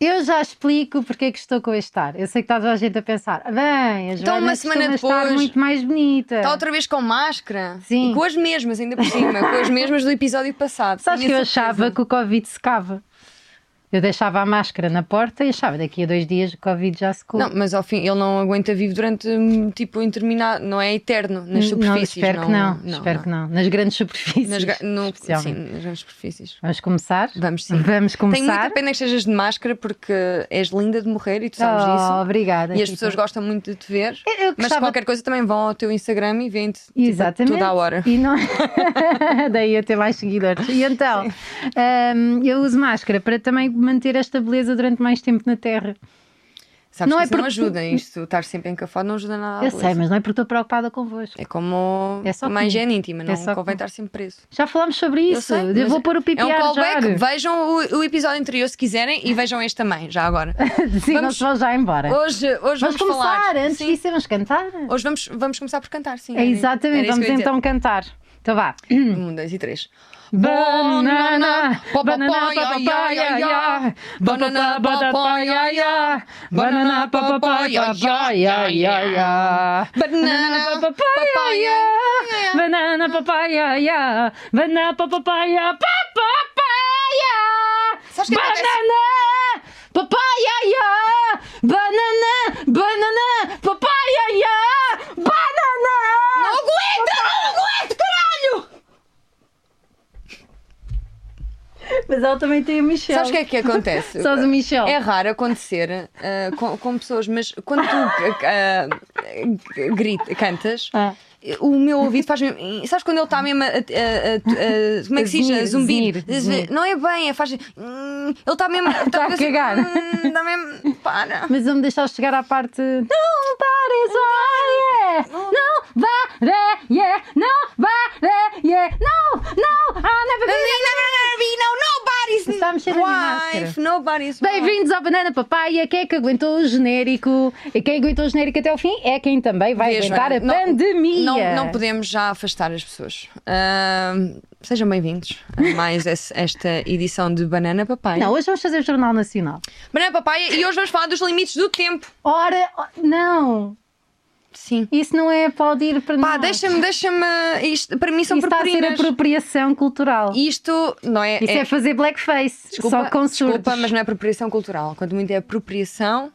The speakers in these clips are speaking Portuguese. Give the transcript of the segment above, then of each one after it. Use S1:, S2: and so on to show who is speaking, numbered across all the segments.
S1: Eu já explico porque é que estou com este ar. Eu sei que está toda a gente a pensar, "Ah, bem, a Joana
S2: Então, uma semana
S1: costuma estar
S2: depois,
S1: muito mais bonita.
S2: Está Tá outra vez com máscara?
S1: É. Sim.
S2: E com as mesmas, ainda por cima, com as mesmas do episódio passado.
S1: Sabes
S2: Tenho
S1: que eu
S2: a
S1: achava
S2: certeza.
S1: que o Covid secava. Eu deixava a máscara na porta e achava daqui a dois dias o Covid já secou.
S2: Não, mas ao fim, ele não aguenta vivo durante, hum, tipo, interminado, não é eterno nas superfícies.
S1: espero que não, espero que não. Nas grandes superfícies.
S2: Nas, gra- no-
S1: especialmente.
S2: sim, nas grandes superfícies.
S1: Vamos começar?
S2: Vamos sim.
S1: Vamos
S2: Tenho muita
S1: começar.
S2: pena que estejas de máscara porque és linda de morrer e tu sabes
S1: oh,
S2: disso.
S1: Obrigada.
S2: E as
S1: Rita.
S2: pessoas gostam muito de te ver.
S1: Eu- eu
S2: mas
S1: gostava-
S2: qualquer coisa também vão ao teu Instagram e vêm-te tipo,
S1: Exatamente.
S2: toda a hora.
S1: E não... Daí eu ter mais seguidores. E então, hum, eu uso máscara para também manter esta beleza durante mais tempo na Terra.
S2: Sabes
S1: Não
S2: que
S1: é
S2: isso não
S1: porque-
S2: ajuda isto. Estar sempre encafado não ajuda nada. à
S1: eu
S2: beleza.
S1: sei, mas não é porque estou preocupada convosco.
S2: É como
S1: É só
S2: uma
S1: comigo.
S2: higiene íntima, não
S1: É só
S2: convém
S1: comigo.
S2: estar sempre preso.
S1: Já falámos sobre
S2: Eu
S1: isso.
S2: sei, mas
S1: vou pôr o pipi
S2: É um
S1: a arjar.
S2: callback. Vejam o, o episódio anterior se quiserem e vejam este também, já agora.
S1: Sim,
S2: Vamos-
S1: não se vão já embora.
S2: Hoje, hoje vamos,
S1: vamos, começar.
S2: falar.
S1: Antes
S2: Sim.
S1: disso, vamos cantar.
S2: Hoje vamos, vamos começar por cantar, sim.
S1: É
S2: era-
S1: exatamente,
S2: era isso
S1: vamos
S2: que eu ia
S1: então cantar. Então vá.
S2: dizer. Um, dois e três.
S1: Banana, banana, papaya, ya. Banana, papaya, ya. Banana, papaya, ya, ya, ya. Banana, papaya, ya. Banana, papaya, ya. Banana, papaya, pa, papaya.
S2: Sabes que acontece-
S1: Banana, papaya, ya. Banana, banana, papaya, ya. Banana. No
S2: Não aguento, não aguento, caralho!
S1: Mas ela também tem a Michelle.
S2: Sabes o que é que acontece?
S1: Só do Michel.
S2: É raro acontecer ah, com, com pessoas, mas quando tu ah, ah, grita, cantas,
S1: Ah.
S2: o meu ouvido faz mesmo. Sabes quando ele está mesmo a, a- a- a- Como é que se diz?
S1: Zunir,
S2: A zumbir.
S1: zunir, zunir.
S2: Não é bem, é faz. Ele está mesmo. assim, hum,
S1: Está a cagar.
S2: Está mesmo. Para.
S1: Mas vamos deixar chegar à parte. Não pares, olha! Não vá, yeah! Não vá, yeah! Não, não! é I'll never be
S2: Nobody's
S1: Está a mexer na minha
S2: wife, nobody's wife.
S1: Bem-vindos ao Banana Papaya. Quem é que aguentou o genérico? E quem aguentou o genérico até ao fim é quem também vai
S2: Vês,
S1: aguentar a
S2: Joana, não-
S1: pandemia.
S2: Não, não podemos já afastar as pessoas. Ah, sejam bem-vindos a mais esse- esta edição de Banana Papai.
S1: Não, hoje vamos fazer o Jornal Nacional.
S2: Banana Papaya e hoje vamos falar dos limites do tempo.
S1: Ora, oh, não!
S2: Sim.
S1: Isso não é aplaudir para
S2: Pá,
S1: nós.
S2: deixa-me, deixa-me. Isto, para mim são
S1: Isso está a ser
S2: purpurinas.
S1: apropriação cultural.
S2: Isto não é.
S1: Isso é, fazer blackface.
S2: desculpa,
S1: só com surdos.
S2: desculpa, mas não é apropriação cultural. Quanto muito é apropriação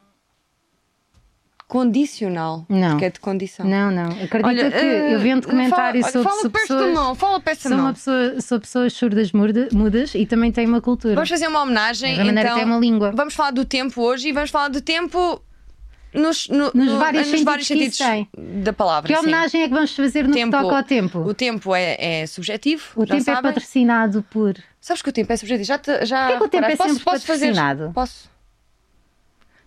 S2: condicional.
S1: Não.
S2: Porque é de condição.
S1: Não, não. Acredita que
S2: eh,
S1: eu vi um documentário
S2: fala,
S1: sobre
S2: olha, Fala perto
S1: pessoas.
S2: da mão, fala perto da
S1: Sou, uma
S2: mão.
S1: pessoa, sou pessoas surdas murda- mudas e também tenho uma cultura.
S2: Vamos fazer uma homenagem.
S1: Da maneira
S2: então,
S1: que tem uma língua.
S2: Vamos falar do tempo hoje e vamos falar do tempo nos, no-
S1: Nos
S2: no-
S1: vários
S2: nos
S1: sentidos
S2: vários
S1: que isso
S2: sentidos
S1: tem.
S2: da palavra.
S1: que
S2: sim.
S1: homenagem é que vamos fazer no
S2: assim. Tempo.
S1: que toca ao tempo?
S2: O tempo é, é subjetivo.
S1: O
S2: já
S1: tempo é
S2: sabem.
S1: patrocinado por.
S2: Sabes que o tempo é subjetivo. Já te, já
S1: Porquê que o tempo é
S2: reparaste?
S1: sempre patrocinado?
S2: Posso.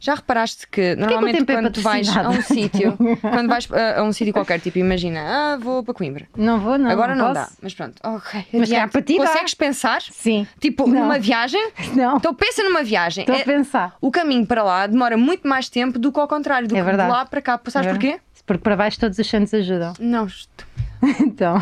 S2: Já reparaste que
S1: o
S2: normalmente
S1: tempo é
S2: quando tu vais a um
S1: patrocinado?
S2: sítio, quando vais a, a um sítio qualquer, tipo, imagina, ah, vou para Coimbra.
S1: Não vou, não.
S2: Agora não dá,
S1: posso.
S2: mas pronto, ok.
S1: Mas cá
S2: adiante.
S1: para ti dá.
S2: Consegues pensar?
S1: Sim.
S2: Tipo,
S1: Não.
S2: numa viagem?
S1: Não. Estou
S2: Então pensa numa viagem.
S1: a
S2: É-
S1: pensar.
S2: o caminho para lá demora muito mais tempo do que ao contrário, do
S1: É
S2: que de
S1: verdade.
S2: lá para cá. Sabes
S1: É
S2: porquê?
S1: verdade. Porque para baixo todos os santos ajudam.
S2: Não, isto-
S1: Então,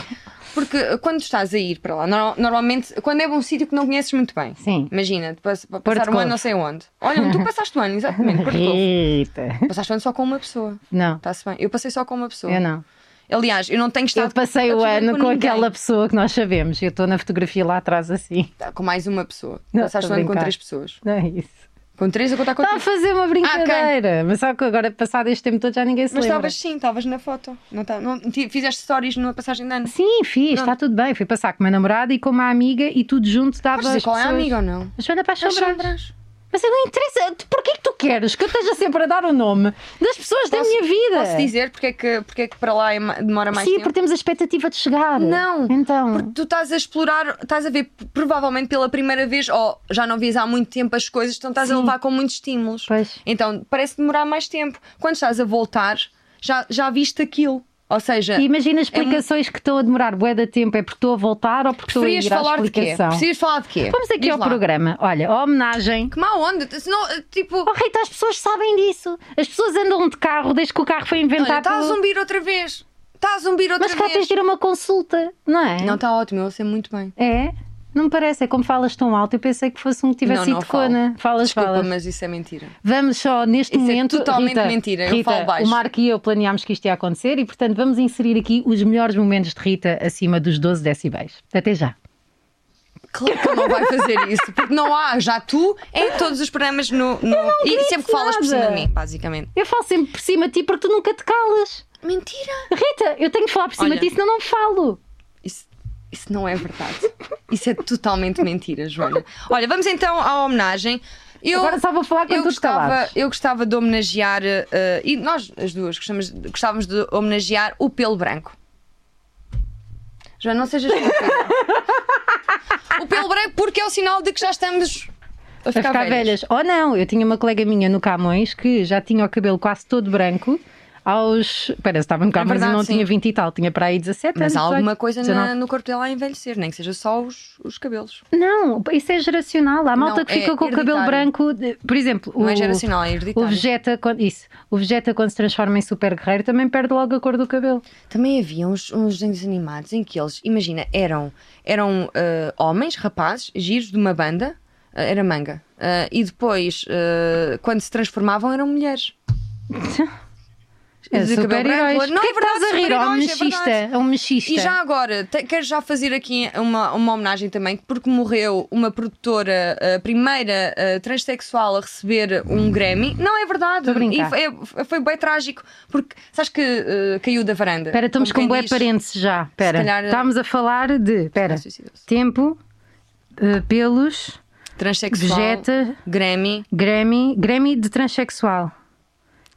S2: porque quando estás a ir para lá, no- normalmente, quando é um sítio que não conheces muito bem,
S1: sim.
S2: imagina, tu pas- pa-
S1: Porto
S2: passar um
S1: Covo.
S2: ano não sei onde. Olha, onde tu passaste o ano, exatamente, Porto Covo.
S1: Rita.
S2: Passaste o ano só com uma pessoa,
S1: Não,
S2: está-se bem. Eu passei só com uma pessoa.
S1: eu não.
S2: Aliás, eu não tenho estado
S1: Eu passei o
S2: absolutamente
S1: ano com
S2: ninguém.
S1: aquela pessoa que nós sabemos. Eu estou na fotografia lá atrás assim.
S2: Tá, Com mais uma pessoa.
S1: Não,
S2: passaste o
S1: tô a
S2: ano com
S1: brincar. Tá,
S2: três pessoas.
S1: Não é isso.
S2: Com três, eu contar com
S1: Estava a
S2: três.
S1: fazer uma brincadeira, mas só que agora, passado este tempo todo, já ninguém se
S2: Ah, Mas
S1: lembra.
S2: estavas sim, estavas na foto. Não tá, não, ti- fizeste stories numa passagem de ano.
S1: Sim, fiz, está tudo bem. Fui passar com uma namorada e com uma amiga e tudo junto dava.
S2: Podes dizer
S1: às
S2: qual é a
S1: pessoas.
S2: amiga ou não?
S1: A Joana Paixão
S2: As
S1: Branco.
S2: sombras.
S1: Mas eu não interessa. Tu- Porquê que tu queres que eu esteja sempre a dar o nome das pessoas da
S2: Posso-
S1: é minha vida?
S2: Posso dizer porque é que, porque é que para lá é ma- demora mais
S1: Sim,
S2: tempo?
S1: porque temos a expectativa de chegar.
S2: Não,
S1: Então.
S2: Porque tu estás a explorar, estás a ver p- provavelmente pela primeira vez, ou já não vias há muito tempo as coisas, então estás a
S1: Sim.
S2: levar com muitos estímulos.
S1: Pois.
S2: Então parece demorar mais tempo. Quando estás a voltar, já, já viste aquilo. Ou seja,
S1: E Imagina as explicações que estou a demorar bué da tempo. É porque estou a voltar ou porque estou a
S2: É preferias
S1: ir à
S2: falar de quê?
S1: explicação?
S2: Preferias falar de quê?
S1: Vamos aqui
S2: Diz
S1: ao
S2: lá.
S1: programa. Olha, a homenagem
S2: Que má onda, senão, eh, tipo,
S1: Oh, Rita, as pessoas sabem disso. As pessoas andam de carro desde que o carro foi
S2: olha,
S1: inventado.
S2: está a zumbir outra vez. Está a zumbir outra
S1: Mas cá tens
S2: vez. tá
S1: de ir a uma consulta, não é?
S2: Não está ótimo, eu sei muito bem.
S1: É? Não me parece, é como falas tão alto. Eu pensei que fosse um que tivesse
S2: Não, não
S1: ido cona.
S2: falo.
S1: Falas,
S2: Desculpa,
S1: falas.
S2: mas isso é mentira.
S1: Vamos só neste
S2: Isso é
S1: momento.
S2: totalmente
S1: Rita,
S2: mentira, eu
S1: Rita,
S2: falo baixo.
S1: O Marco e eu planeámos que isto ia acontecer e, portanto, vamos inserir aqui os melhores momentos de Rita acima dos 12 decibéis. Até já.
S2: Claro que ele não vai fazer isso, porque não há, já tu em todos os programas no. no- e sempre que falas por cima
S1: nada.
S2: de mim, basicamente.
S1: Eu falo sempre por cima de ti porque tu nunca te calas.
S2: Mentira!
S1: Rita, eu tenho que falar por cima
S2: Olha.
S1: de ti, senão não falo.
S2: Isso, isso não é verdade. Isso é totalmente mentira, Joana. Olha, vamos então à homenagem. Eu,
S1: Agora só vou falar quando
S2: eu
S1: tu te
S2: gostava,
S1: calares.
S2: eu gostava de homenagear, eh, e nós as duas gostamos, gostávamos de homenagear o pelo branco. Joana, não sejas estúpida. o pelo branco, porque é o sinal de que já estamos a
S1: A
S2: ficar, velhas.
S1: Ou Oh, não, eu tinha uma colega minha no Camões que já tinha o cabelo quase todo branco. Aos. Parece que estava no Camões
S2: É verdade,
S1: e não
S2: sim.
S1: tinha 20 e tal, tinha para aí 17 anos.
S2: Mas há
S1: 18,
S2: alguma coisa na-
S1: 19.
S2: no corpo dela a envelhecer, nem que seja só os, os cabelos.
S1: Não, isso é geracional. Há malta
S2: Não,
S1: que
S2: é
S1: fica com o cabelo
S2: hereditário.
S1: branco. de- por exemplo,
S2: Não
S1: o,
S2: é geracional, é
S1: o
S2: hereditário.
S1: Vegeta, quando, isso, o Vegeta quando se transforma em super guerreiro também perde logo a cor do cabelo.
S2: Também havia uns, uns desenhos animados em que eles, imagina, eram, eram ah, homens, rapazes, giros de uma banda, ah, era manga. Ah, e depois, ah, quando se transformavam, eram mulheres.
S1: É
S2: De cabelo branco,
S1: super-heróis.
S2: loiro. Não,
S1: Porquê
S2: é
S1: que estás a rir? É um
S2: verdade, É super-heróis, é
S1: mexista.
S2: verdade.
S1: É um mexista.
S2: E já agora, te- quero já fazer aqui uma, uma homenagem também, porque morreu uma produtora, a primeira ah, transexual a receber um Grammy. Não, é verdade.
S1: Estou a brincar.
S2: E foi, é- foi bem trágico, porque sabes que ah, caiu da varanda.
S1: Espera, estamos
S2: Como
S1: com bué
S2: quem diz,
S1: parentes já. Espera,
S2: calhar-
S1: estamos a falar de. Espera,
S2: suicidou-se.
S1: tempo, eh, pelos,
S2: Transexual.
S1: Vegeta,
S2: Grammy.
S1: Grammy, Grammy de transexual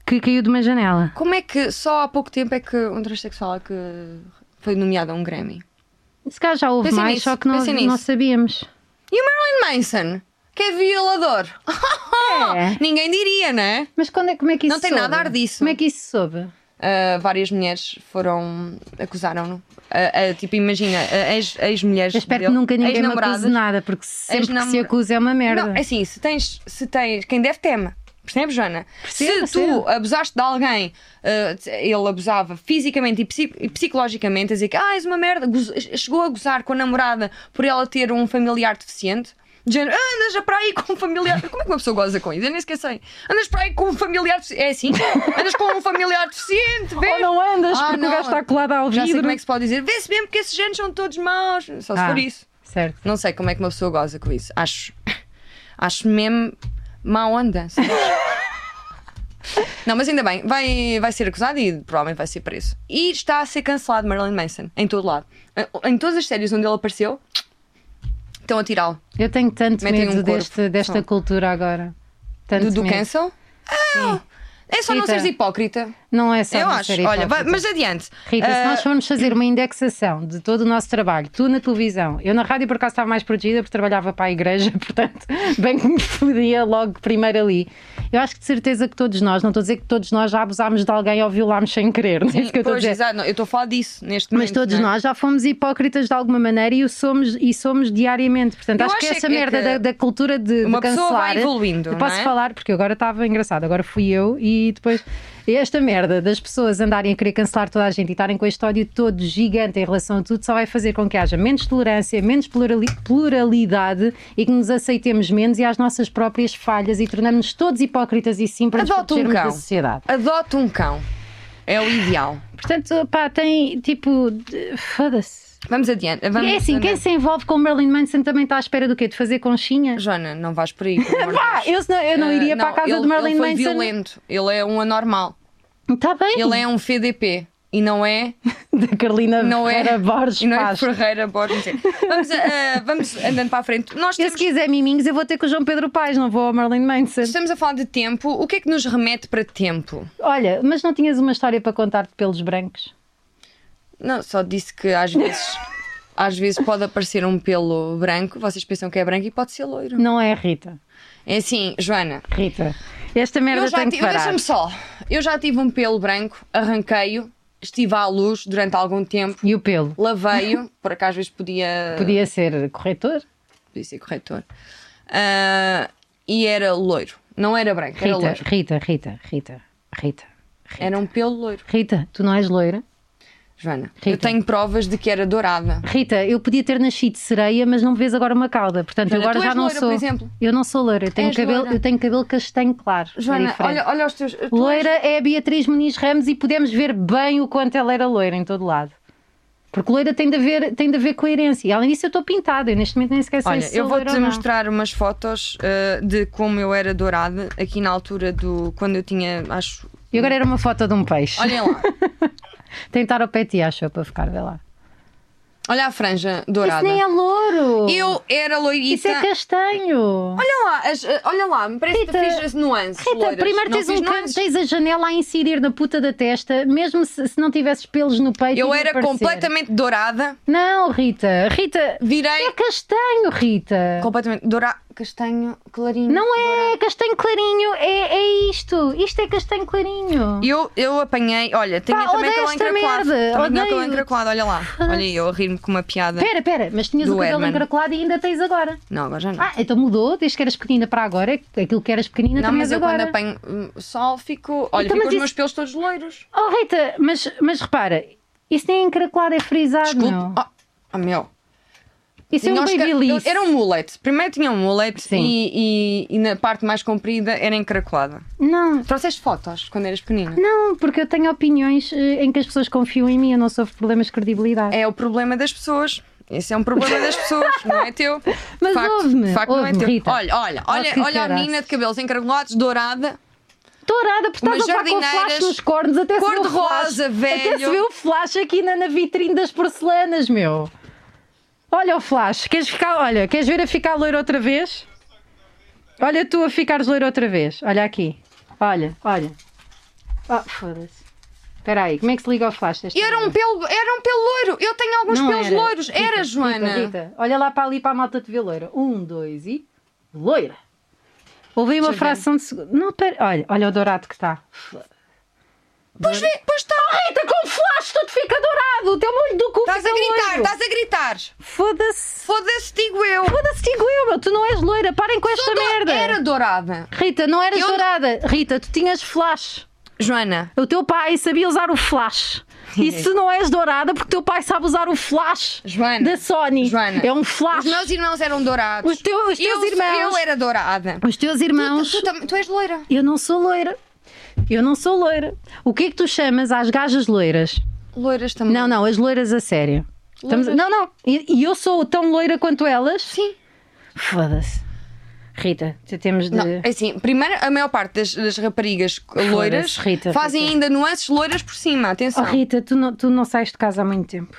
S1: que caiu de uma janela.
S2: Como é que só há pouco tempo é que um transexual é que foi nomeado a um Grammy?
S1: Se calhar já houve
S2: Pensem
S1: mais,
S2: nisso,
S1: só que nós
S2: pensem
S1: não
S2: nisso.
S1: sabíamos.
S2: E o Marilyn Manson, que é violador.
S1: É.
S2: Ninguém diria, né?
S1: Mas quando é, como é que isso
S2: Oh. Não tem
S1: soube?
S2: nada a ar disso.
S1: Como é que isso soube?
S2: Ah, várias mulheres foram. acusaram-no. Ah, ah, tipo, imagina, ah, ex- ex-mulheres.
S1: Eu espero que
S2: dele,
S1: nunca ninguém me
S2: ex-namoradas.
S1: acuse de nada, porque sempre que se
S2: Ex-namora-
S1: acusa é uma merda.
S2: Não, é assim, se tens, se tens. Quem deve teme. Percebes, Joana?
S1: Percebo,
S2: se tu
S1: percebo.
S2: abusaste de alguém, ah, ele abusava fisicamente e, psi- e psicologicamente, a dizer que ah, és uma merda, goz- chegou a gozar com a namorada por ela ter um familiar deficiente. de género, "Ah, andas já para aí com um familiar. Como é que uma pessoa goza com isso? Eu nem esqueci. Andas para aí com um familiar deficiente. É assim? Andas com um familiar deficiente, vê?
S1: Ou Oh, não andas,
S2: Ah,
S1: porque
S2: não.
S1: o gajo está colado ao
S2: Já sei
S1: vidro.
S2: como é que se pode dizer. Vê-se mesmo que esses géneros são todos maus. Só se
S1: Ah.
S2: for isso.
S1: Certo.
S2: Não sei como é que uma pessoa goza com isso. Acho, acho mesmo má onda. sabes? Não, mas ainda bem, vai, vai ser acusado e provavelmente vai ser preso. E está a ser cancelado Marilyn Manson, em todo lado. Em todas as séries onde ele apareceu, estão a tirá-lo.
S1: Eu tenho tanto
S2: Metem um
S1: medo
S2: corpo.
S1: deste, desta
S2: Só.
S1: cultura agora. Tanto
S2: Do, do
S1: medo.
S2: cancel? Ah, é só não
S1: Rita,
S2: seres hipócrita.
S1: Não é só
S2: Eu
S1: uma
S2: acho.
S1: série
S2: Olha, vai-
S1: hipócrita.
S2: mas adiante.
S1: Rita, se
S2: Ah,
S1: nós formos fazer uma indexação de todo o nosso trabalho, tu na televisão, eu na rádio por acaso estava mais protegida porque trabalhava para a igreja, portanto, bem que me fodia logo primeiro ali. Eu acho que de certeza que todos nós, não estou a dizer que todos nós já abusámos de alguém ou violámos sem querer, não é isso que eu estou a
S2: Ah, pois,
S1: dizer.
S2: exato, não, eu estou a falar disso neste
S1: Mas
S2: momento.
S1: todos
S2: não é?
S1: nós já fomos hipócritas de alguma maneira e o somos, e somos diariamente. Portanto,
S2: Eu
S1: acho que
S2: acho é
S1: essa
S2: que- é
S1: merda
S2: que
S1: da, da cultura de,
S2: uma
S1: de
S2: pessoa
S1: cancelar.
S2: vai evoluindo,
S1: Eu
S2: não
S1: posso
S2: é?
S1: falar, porque agora estava engraçado, agora fui eu e depois. Esta merda das pessoas andarem a querer cancelar toda a gente e estarem com este ódio todo gigante em relação a tudo só vai fazer com que haja menos tolerância, menos plurali- pluralidade e que nos aceitemos menos e às nossas próprias falhas e tornamos todos hipócritas e sim para nos
S2: Adota um
S1: protegermos da
S2: cão.
S1: sociedade.
S2: Adota um cão. É o ideal.
S1: Portanto, pá, tem tipo. de- Foda-se.
S2: Vamos adiante. Vamos
S1: É assim, quem
S2: adiante.
S1: se envolve com o Marilyn Manson também está à espera do quê? De fazer conchinha?
S2: Joana, não vais por aí. pelo amor de
S1: Vá,
S2: Deus.
S1: Ah, eu, se não- eu não
S2: Eh,
S1: iria para a casa
S2: ele,
S1: do Marilyn
S2: ele foi
S1: Manson.
S2: violento. Ele é um anormal.
S1: Está Tá bem.
S2: Ele é um FDP. E não é.
S1: Da Carolina
S2: Não é.
S1: Ferreira Borges
S2: E não é
S1: Paz.
S2: Ferreira Borges. Vamos, eh, vamos andando para a frente. Nós
S1: Eu, se
S2: temos,
S1: quiser miminhos, eu vou ter com o João Pedro Paz, não vou ao Marilyn Manson.
S2: estamos a falar de tempo. O que é que nos remete para tempo?
S1: Olha, mas não tinhas uma história para contar de pelos brancos?
S2: Não, só disse que às vezes. Às vezes pode aparecer um pelo branco, vocês pensam que é branco e pode ser loiro.
S1: Não é, Rita.
S2: É assim, Joana,
S1: Rita, esta merda
S2: Eu já
S1: tem que
S2: tive,
S1: parar.
S2: deixa-me só. Eu já tive um pelo branco, arranquei-o, estive à luz durante algum tempo,
S1: E o pelo?
S2: lavei-o, por acaso às vezes podia, podia.
S1: Podia ser corretor?
S2: ser corretor, Ah, e era loiro. Não era branco, era
S1: Rita,
S2: loiro.
S1: Rita, Rita, Rita, Rita.
S2: Era um pelo loiro.
S1: Rita, tu não és loira?
S2: Joana, eu
S1: Rita.
S2: tenho provas de que era dourada.
S1: Rita, eu podia ter nascido sereia, mas não me vês agora uma cauda. Portanto,
S2: Joana,
S1: agora
S2: tu
S1: já
S2: és
S1: não
S2: loira,
S1: sou.
S2: por exemplo.
S1: Eu não sou loira, eu tenho,
S2: És
S1: cabelo,
S2: loira.
S1: eu tenho cabelo castanho claro. é
S2: Joana,
S1: diferente.
S2: olha, olha os teus. tu és-
S1: Loira é a Beatriz Muniz Ramos e podemos ver bem o quanto ela era loira em todo lado. Porque loira tem de haver, tem de haver coerência. E além disso, eu estou pintada. Eu neste momento nem sequer sei
S2: Olha,
S1: se
S2: eu
S1: sou
S2: vou-te
S1: loira ou não.
S2: mostrar umas fotos eh, de como eu era dourada aqui na altura do. quando eu tinha, acho.
S1: E agora era uma foto de um peixe.
S2: Olhem lá,
S1: Tentar ao pé de ti, acho eu, para ficar, vê lá.
S2: olha a franja
S1: Isso
S2: dourada.
S1: nem é louro.
S2: Eu era loirita.
S1: Isso é castanho.
S2: Olha lá, as- eh, olha lá, me parece que
S1: Rita,
S2: fiz as nuances.
S1: Rita,
S2: loiras.
S1: primeiro
S2: Não
S1: tens,
S2: fiz
S1: um can-
S2: nuances.
S1: tens a janela a inserir na puta da testa, mesmo se, se não tivesses pelos no peito.
S2: Eu
S1: ia
S2: era
S1: aparecer.
S2: completamente dourada,
S1: Não, Rita, Rita,
S2: virei
S1: é castanho, Rita.
S2: completamente dourado, castanho, clarinho.
S1: Não é castanho clarinho, é, é isto. Isto é castanho clarinho.
S2: Eu, eu apanhei, olha, tinha
S1: Pá,
S2: também
S1: odeio
S2: cabelo
S1: esta
S2: encracolado.
S1: merda,
S2: Também tinha o cabelo
S1: odeio-te. Ah.
S2: encracolado, olha lá. Olha eu a rir-me com uma piada.
S1: Pera, pera, mas tinhas
S2: Do
S1: o cabelo
S2: Herman.
S1: encaracolado e ainda tens agora.
S2: Não, agora já não.
S1: Ah, então mudou, desde que eras pequenina para agora, é que aquilo que eras pequenina
S2: Não,
S1: também
S2: mas eu
S1: agora.
S2: quando apanho hum, sol fico. Olha,
S1: Então,
S2: fico
S1: mas
S2: com os
S1: isso-
S2: meus pelos todos loiros.
S1: Oh, Rita, mas, mas repara, isso nem é encaracolado, é frisado.
S2: Desculpe.
S1: Não.
S2: Oh, oh, meu.
S1: Isso é um
S2: Nós ca-
S1: babyliss.
S2: Era um mullet. Primeiro tinha um mullet
S1: Sim.
S2: e, e, e na parte mais comprida era encaracolada.
S1: Não,
S2: Trouxeste fotos quando eras pequenina?
S1: Não, porque eu tenho opiniões eh, em que as pessoas confiam em mim, eu não sofro problemas de credibilidade.
S2: É o problema das pessoas. Esse é um problema das pessoas, não é teu. De
S1: Mas
S2: facto,
S1: ouve-me,
S2: de facto não é
S1: ouve-me,
S2: teu.
S1: Rita.
S2: Olha, olha,
S1: Oh,
S2: olha,
S1: que
S2: olha a
S1: caraças.
S2: menina de cabelos encaracolados, dourada,
S1: Estou arada, porque
S2: Umas
S1: estás a levar com o flash
S2: jardineiras
S1: nos cornos, até se vê o flash.
S2: cor-de-rosa,
S1: Até se
S2: velho.
S1: vê o flash aqui na, na vitrine das porcelanas, meu. Olha o flash, queres ficar, olha, queres ver a ficar loira outra vez? Olha tu a ficares loira outra vez, olha aqui. Olha, olha. Oh, foda-se. Espera aí, como é que se liga o flash? desta
S2: E era um
S1: maneira?
S2: pelo, era um pelo loiro. Eu tenho alguns
S1: Não
S2: pelos
S1: era.
S2: loiros. Era, Joana.
S1: Rita, Rita, olha lá para ali para a malta de ver loira. Um, dois e. Loira! Ouvi uma
S2: eu ver.
S1: fração de segundo. Não, pera. Olha, olha o dourado que está. Oh,
S2: Pois vê, pois está.
S1: Rita, com flash, tudo fica dourado! O teu molho do cu
S2: Estás
S1: fica
S2: a gritar,
S1: loiro.
S2: estás a gritar.
S1: Foda-se!
S2: Foda-se, digo eu.
S1: Foda-se, digo eu, meu. Tu não és loira, parem com esta
S2: Toda-
S1: merda!
S2: Era dourada.
S1: Rita, não eras
S2: Eu não-
S1: dourada. Rita, tu tinhas flash.
S2: Joana,
S1: O teu pai sabia usar o flash. E se tu não és dourada, porque o teu pai sabe usar o flash
S2: Joana,
S1: da Sony.
S2: Joana,
S1: é um flash.
S2: os meus irmãos eram dourados.
S1: Os teus- os teus
S2: eu,
S1: irmãos.
S2: Eu era dourada.
S1: Os teus irmãos.
S2: Tu, tam- tu és loira.
S1: Eu não sou loira. Eu não sou loira. O que é que tu chamas às gajas loiras?
S2: Loiras também.
S1: Não, não, as loiras a sério. Estamos-
S2: Loiras?
S1: Não, não. E, e eu sou tão loira quanto elas?
S2: Sim.
S1: Foda-se. Rita, já temos de.
S2: Não, é assim, primeiro, a maior parte das, das raparigas loiras
S1: Rita,
S2: fazem
S1: Rita.
S2: ainda nuances loiras por cima,
S1: Oh,
S2: atenção.
S1: Rita, tu não, tu não sais de casa há muito tempo.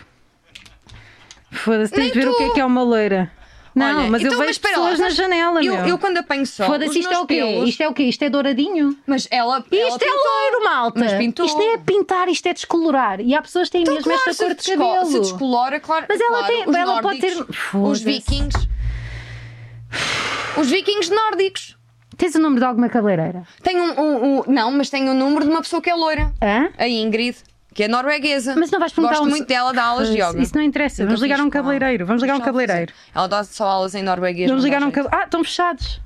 S1: Foda-se, tens
S2: Nem
S1: de ver
S2: tu.
S1: o que é que é uma loira. Não,
S2: Olha,
S1: mas
S2: então,
S1: eu vejo
S2: espera lá,
S1: pessoas na
S2: sabes,
S1: janela,
S2: eu,
S1: meu.
S2: eu quando apanho sol, os
S1: Foda-se, isto é
S2: meus
S1: o quê?
S2: pelos-
S1: Isto é o quê? Isto é douradinho?
S2: Mas ela, um
S1: E
S2: ela
S1: isto
S2: pintou.
S1: é loiro, malta.
S2: Mas pintou.
S1: Isto nem é pintar, isto é descolorar. E há pessoas que têm
S2: Então,
S1: mesmo
S2: claro,
S1: esta
S2: se
S1: cor de
S2: desco-
S1: cabelo.
S2: Se descolora, claro.
S1: Mas ela
S2: claro,
S1: tem-
S2: os
S1: ela pode ter-
S2: nórdicos, Os
S1: Foda-se.
S2: vikings. Os vikings nórdicos.
S1: Tens o número de alguma cabeleireira?
S2: Tem um, um- um- Não, mas tem o número de uma pessoa que é loira.
S1: Hã?
S2: A Ingrid, que é norueguesa.
S1: Mas não vais perguntar
S2: Gosto
S1: um-
S2: muito dela, dá aulas de
S1: Isso-
S2: yoga.
S1: Isso não interessa.
S2: Nunca
S1: Vamos ligar a um
S2: fiz com ela.
S1: cabeleireiro. Vamos ligar a um
S2: Deixa ela fazer.
S1: cabeleireiro.
S2: Ela dá só aulas em norueguês.
S1: Vamos
S2: não dá
S1: ligar a um
S2: jeito.
S1: cabeleireiro. Ah, estão fechados.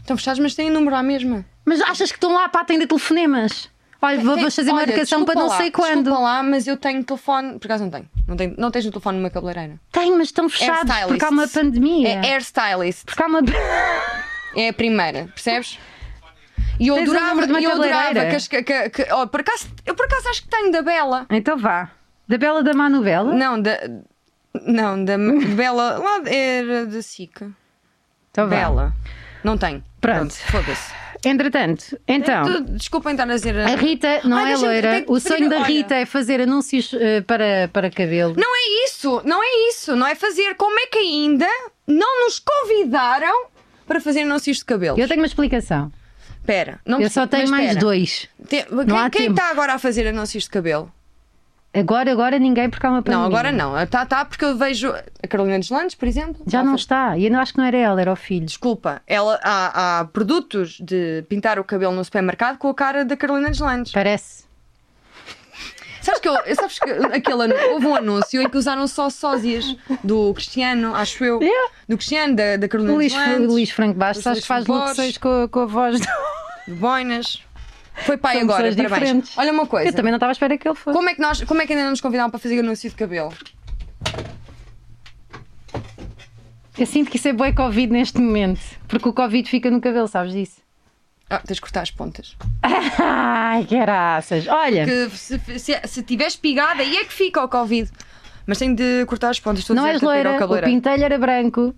S2: Estão fechados, mas têm número à mesma.
S1: Mas achas que estão lá para atender telefonemas? Olha, vou- vamos fazer uma
S2: Olha,
S1: marcação para não
S2: desculpa
S1: sei
S2: lá,
S1: quando.
S2: Desculpa lá, mas eu tenho telefone. Por acaso não tenho. Não, tenho, não tens um telefone numa cabeleireira.
S1: Tem, mas estão fechados
S2: stylists.
S1: porque há uma pandemia.
S2: É hairstylist.
S1: Porque há uma.
S2: É a primeira, percebes? E eu
S1: Tens o
S2: adorava,
S1: número de uma
S2: eu adorava
S1: cabeleireira?
S2: que, as- que, que, que- oh, por acaso, Eu por acaso acho que tenho da Bela.
S1: Então vá. Da Bela da Má Novela?
S2: Não, da. Não, da Bela. Lá era da Sica.
S1: Então vá.
S2: Bela. Não tenho.
S1: Pronto.
S2: Foda-se.
S1: Entretanto, então.
S2: Tu- Desculpa estar a dizer.
S1: A Rita não
S2: Ai,
S1: é
S2: deixa-me-
S1: loira.
S2: tenho que
S1: O sonho
S2: pedir-
S1: da
S2: olha.
S1: Rita é fazer anúncios eh, para, para cabelo.
S2: Não é isso, não é isso, não é fazer. Como é que ainda não nos convidaram para fazer anúncios de cabelo?
S1: Eu tenho uma explicação.
S2: Espera, não
S1: Eu só
S2: preciso-
S1: tenho
S2: mas
S1: mais
S2: espera.
S1: dois.
S2: Tem-
S1: há
S2: quem quem
S1: tempo.
S2: está agora a fazer anúncios de cabelo?
S1: Agora, agora ninguém, porque há uma pandemia.
S2: Não, agora não. Está, tá, porque eu vejo a Carolina dos Landes, por exemplo.
S1: Já
S2: tá
S1: não
S2: a fazer-
S1: está. E eu não- acho que não era ela, era o filho.
S2: Desculpa, ela, há, há produtos de pintar o cabelo no supermercado com a cara da Carolina dos Landes.
S1: Parece.
S2: Sabes que, eu, sabes que aquele, anu- houve um anúncio em que usaram só sósias do Cristiano, acho eu.
S1: Yeah. Um
S2: Do Cristiano, da, da Carolina
S1: O Luís,
S2: dos Landes.
S1: o Luís Franco
S2: é Os
S1: Bastos, acho
S2: Luís
S1: que faz
S2: Borges.
S1: locuções com, a- com a voz. do-
S2: de boinas. Foi pai
S1: São
S2: agora,
S1: pessoas
S2: parabéns.
S1: diferentes.
S2: Olha uma coisa.
S1: Eu também não estava à espera que ele fosse.
S2: é. Como é que nós, como é que ainda não nos convidaram para fazer anúncio de cabelo?
S1: Eu sinto que isso é boi Covid neste momento. Porque o Covid fica no cabelo, sabes disso?
S2: Ah, tens de cortar as pontas.
S1: Ai, graças. Olha,
S2: Que se, se, se tiveres pigada, aí é que fica o Covid. Mas tenho de cortar as pontas. Estou
S1: não
S2: a
S1: és
S2: dizer que eu
S1: loira,
S2: tiro ao
S1: o
S2: cabeleireiro.
S1: pintelho era branco.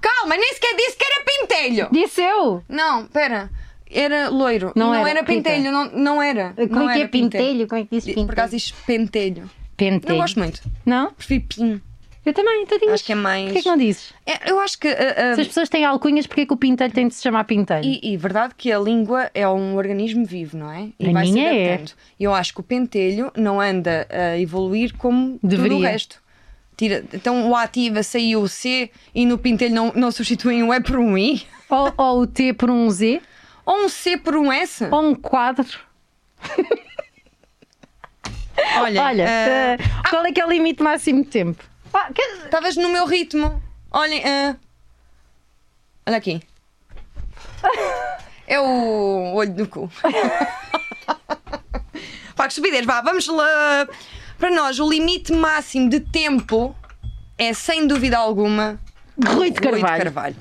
S2: Calma, nem sequer disse que era pintelho.
S1: Disse eu.
S2: Não, pera. Era loiro.
S1: Não
S2: Não,
S1: era,
S2: era,
S1: pinta.
S2: pintelho. Não, não era.
S1: Como
S2: não
S1: é que é
S2: era pintelho.
S1: pintelho? Como é que diz pintelho?
S2: Por acaso diz pentelho.
S1: Pentelho.
S2: Não gosto muito.
S1: Não?
S2: Prefiro pin.
S1: Eu também, então diz.
S2: Acho que é mais-
S1: Porquê que não dizes?
S2: É, eu acho que. ah, ah,
S1: Se as pessoas têm alcunhas, porquê que o pintelho tem de se chamar pintelho?
S2: E, e verdade que a língua é um organismo vivo, não é? E
S1: A
S2: vai se
S1: minha é.
S2: adaptando. E Eu acho que o pentelho não anda a evoluir como
S1: Deveria.
S2: todo o resto. Tira, então o ativa saiu o C e no pentelho não, não substituem um E por um I?
S1: Ou, ou o T por um Z,
S2: Ou um C por um S?
S1: ou um quadro.
S2: Olha,
S1: Olha,
S2: ah,
S1: eh, qual é que é o limite máximo de tempo? Ah, que-
S2: estavas no meu ritmo. Olhem, ah, olha aqui. É o olho do cu. Pá, que subidez, vá, vamos lá. Para nós, o limite máximo de tempo é, sem dúvida alguma,
S1: Rui de
S2: o Rui de
S1: Carvalho.
S2: Carvalho.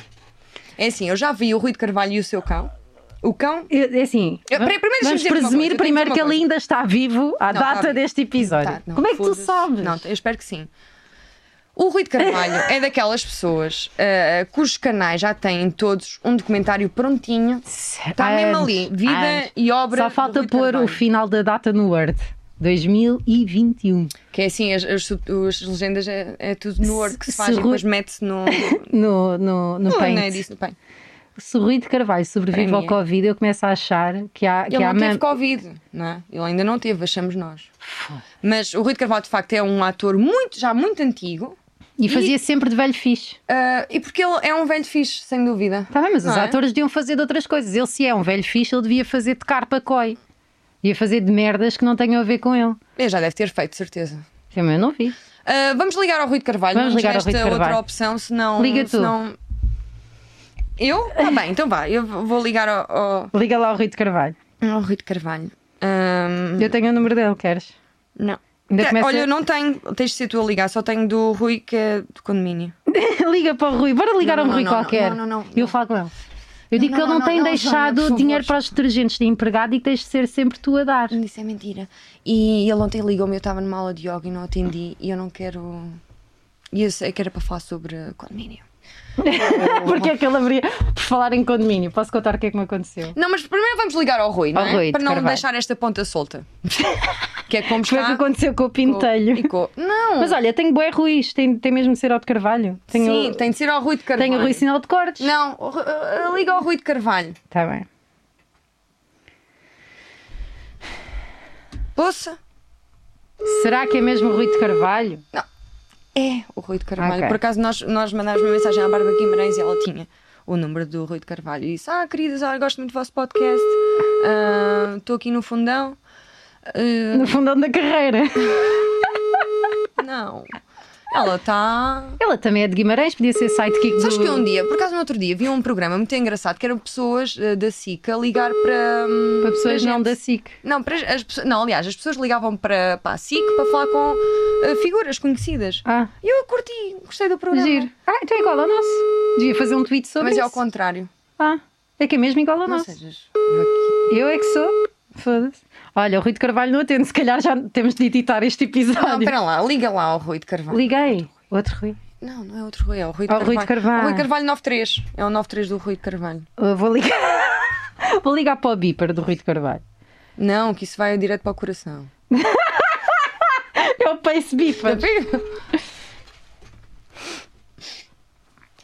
S2: É assim, eu já vi o Rui de Carvalho e o seu cão. O cão
S1: É é assim,
S2: Eu-
S1: vamos-
S2: peraí, primeiro deixa-me
S1: vamos
S2: dizer-te uma coisa,
S1: presumir
S2: eu tenho que
S1: primeiro que
S2: dizer uma
S1: ele
S2: coisa.
S1: ainda está vivo à
S2: Não,
S1: data
S2: está vivo.
S1: deste episódio.
S2: Tá, não,
S1: Como é que tu
S2: foda-se.
S1: sabes?
S2: Não, eu espero que sim. O Rui de Carvalho é daquelas pessoas ah, cujos canais já têm todos um documentário prontinho. Está Tá mesmo ali. Vida e obra.
S1: Só
S2: do
S1: falta
S2: Rui de
S1: pôr o
S2: Carvalho.
S1: final da data no Word. 2021.
S2: Que é assim, as, as, as legendas é, é tudo no Word que se
S1: se
S2: faz e
S1: Rui-
S2: depois mete-se no. no
S1: No, no, no
S2: não
S1: Paint.
S2: é disso, no Paint.
S1: Se o Rui de Carvalho sobrevive
S2: Para
S1: ao
S2: mim é.
S1: Covid, eu começo a achar que há, que
S2: Ele
S1: há
S2: não teve
S1: mam-
S2: Covid, não é? Ele ainda não teve, achamos nós. Mas o Rui de Carvalho, de facto, é um ator muito, já muito antigo.
S1: E fazia sempre de velho fixe.
S2: ah, e porque ele é um velho fixe, sem dúvida.
S1: Está Tá bem, mas os
S2: Não é?
S1: atores deviam fazer de outras coisas. Ele, se é um velho fixe, ele devia fazer de carpa coi. Devia fazer de merdas que não tenham a ver com ele.
S2: Ele já deve ter feito, de certeza.
S1: Sim, mas Eu não vi.
S2: Ah, vamos ligar ao Rui de Carvalho.
S1: Vamos
S2: não nos
S1: ligar ao Rui de
S2: resta outra
S1: Carvalho.
S2: opção, senão.
S1: Liga tu.
S2: senão- Eu? Tá bem, então vá. Eu vou ligar ao, ao-
S1: Liga lá ao Rui de Carvalho.
S2: ao Rui de Carvalho. Ahm,
S1: Eu tenho o número dele, queres?
S2: Não.
S1: Ainda
S2: Te-
S1: começa-
S2: Olha, eu não tenho. Tens de ser tu a ligar, só tenho do Rui que é do condomínio.
S1: Liga para o Rui, bora ligar
S2: Não,
S1: a um
S2: não,
S1: Rui
S2: não,
S1: qualquer.
S2: não, não, não,
S1: E eu
S2: não.
S1: falo com ele. Eu digo
S2: não,
S1: que ele não,
S2: não, não,
S1: tem
S2: não,
S1: deixado
S2: Joana, por
S1: dinheiro
S2: favor.
S1: para os detergentes de empregado e que tens de ser sempre tu a dar.
S2: Isso é mentira. E ele ontem ligou-me, eu estava numa aula de yoga e não atendi. E eu não quero. E eu sei que era para falar sobre condomínio.
S1: Porque é que ele abria por falar em condomínio? Posso contar o que é que me aconteceu?
S2: Não, mas primeiro vamos ligar ao Rui, não
S1: Ao
S2: é?
S1: Rui de
S2: para não
S1: Carvalho.
S2: deixar esta ponta solta. que é como
S1: Foi
S2: está.
S1: o que aconteceu com o pintelho.
S2: Ficou. Não!
S1: Mas olha, tenho bué Ruiz, tem, tem mesmo de ser ao de Carvalho. Tenho,
S2: Sim, tem de ser ao Rui de Carvalho.
S1: tenho o Rui Sinal de Cortes.
S2: Não, o Ru- uh, uh, liga ao Rui de Carvalho.
S1: Está bem.
S2: Poça?
S1: Será que é mesmo o Rui de Carvalho?
S2: É, o Rui de Carvalho.
S1: Ok.
S2: Por acaso nós, nós mandámos uma mensagem à Bárbara Guimarães e ela tinha o número do Rui de Carvalho. E disse: Ah, queridas, olha, gosto muito do vosso podcast. Ah, Estou aqui no fundão. Ah,
S1: No fundão da carreira.
S2: não. Ela está.
S1: Ela também é de Guimarães, podia ser sidekick
S2: Sabes
S1: do...
S2: que um dia, por acaso no outro dia, vi um programa muito engraçado que eram pessoas eh, da SIC a ligar para. hum,
S1: Para pessoas
S2: para
S1: não
S2: gente.
S1: da SIC.
S2: Não, para as- as pessoas- não, aliás, as pessoas ligavam para, para a SIC para falar com eh, figuras conhecidas.
S1: Ah,
S2: E eu curti, gostei do programa.
S1: giro. Ah, então é igual ao nosso. Devia fazer um tweet sobre
S2: Mas é
S1: isso.
S2: ao contrário.
S1: Ah, é que é mesmo igual ao
S2: Não
S1: nosso.
S2: sejas. vaquita.
S1: Eu é que sou. Foda-se. Olha, o Rui de Carvalho não atende, se calhar já temos de editar este
S2: Não,
S1: episódio.
S2: espera lá, liga lá ao Rui de Carvalho.
S1: Liguei. Outro Rui.
S2: Não, não é outro Rui, é o Rui de
S1: Ao
S2: Carvalho.
S1: Rui de Carvalho.
S2: O Rui de Carvalho 93. É o 93 do Rui de Carvalho.
S1: Eu vou ligar. vou ligar para o Bíper do Rui de Carvalho.
S2: Não, que isso vai direto para o coração.
S1: É o Pace Bíper.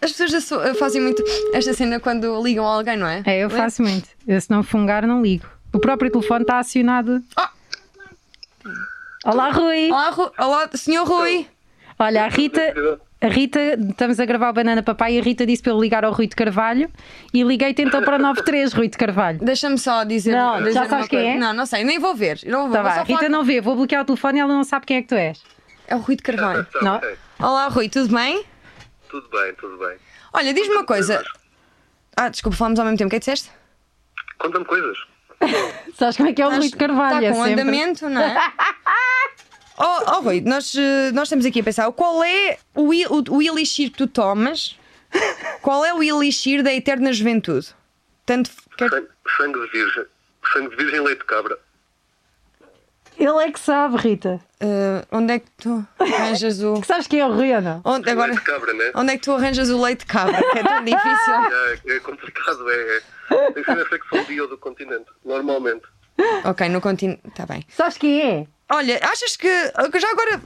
S2: As pessoas da sua- fazem muito esta cena quando ligam a alguém, não é?
S1: É, eu faço muito. Eu, se não fungar, não ligo. O próprio telefone está acionado.
S2: Ah!
S1: Olá, Rui.
S2: Olá, Ru... Olá, senhor Rui.
S1: Olha, a Rita. A Rita, estamos a gravar o Banana Papai e a Rita disse para eu ligar ao Rui de Carvalho e liguei-te então para o 93, Rui de Carvalho.
S2: Deixa-me só dizer.
S1: Não,
S2: dizer
S1: já sabes
S2: uma
S1: quem
S2: coisa.
S1: é?
S2: Não, não sei, nem vou ver. Eu Não vou,
S1: Tá
S2: vou
S1: bem,
S2: só
S1: a Rita
S2: falar-
S1: não vê, vou bloquear o telefone e ela não sabe quem é que tu és.
S2: É o Rui de Carvalho.
S1: Não.
S3: Não. sei.
S2: Olá, Rui, tudo bem?
S3: Então, Tudo bem, tudo bem.
S2: Olha, diz-me uma coisa. Ah, desculpa, falamos ao mesmo tempo. O que é que disseste?
S3: Conta-me coisas.
S1: Sabes como é que é o Rui de Carvalho?
S2: Está
S1: é
S2: tá com
S1: sempre-
S2: andamento, não é? oh, oh, Rui, nós, eh, nós estamos aqui a pensar qual é o, i- o, o elixir que tu tomas? Qual é o elixir da eterna juventude? Tanto f- quer-
S3: Sangue, sangue de virgem. Sangue de virgem e leite de cabra.
S1: Ele é que sabe, Rita.
S2: eh, onde é que tu arranjas o.
S1: Que sabes quem é o Rui ou não?
S2: Onde, agora,
S3: Leite de cabra, né?
S2: onde é que tu arranjas o leite de cabra? Que é tão difícil.
S3: É, é complicado, é. é. Tem que ser na secção bio do continente, normalmente.
S2: ok, no continente. Está bem.
S1: Sabes quem é?
S2: Olha, achas que. que Já agora